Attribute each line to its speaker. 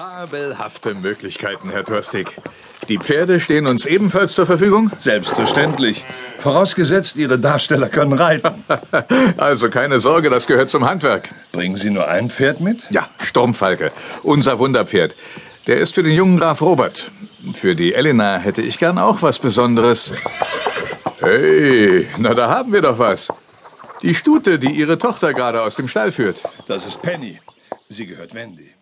Speaker 1: Fabelhafte Möglichkeiten, Herr Törstig. Die Pferde stehen uns ebenfalls zur Verfügung?
Speaker 2: Selbstverständlich. Vorausgesetzt, Ihre Darsteller können reiten.
Speaker 1: Also keine Sorge, das gehört zum Handwerk.
Speaker 2: Bringen Sie nur ein Pferd mit?
Speaker 1: Ja, Sturmfalke, unser Wunderpferd. Der ist für den jungen Graf Robert. Für die Elena hätte ich gern auch was Besonderes. Hey, na da haben wir doch was. Die Stute, die ihre Tochter gerade aus dem Stall führt.
Speaker 2: Das ist Penny. Sie gehört Wendy.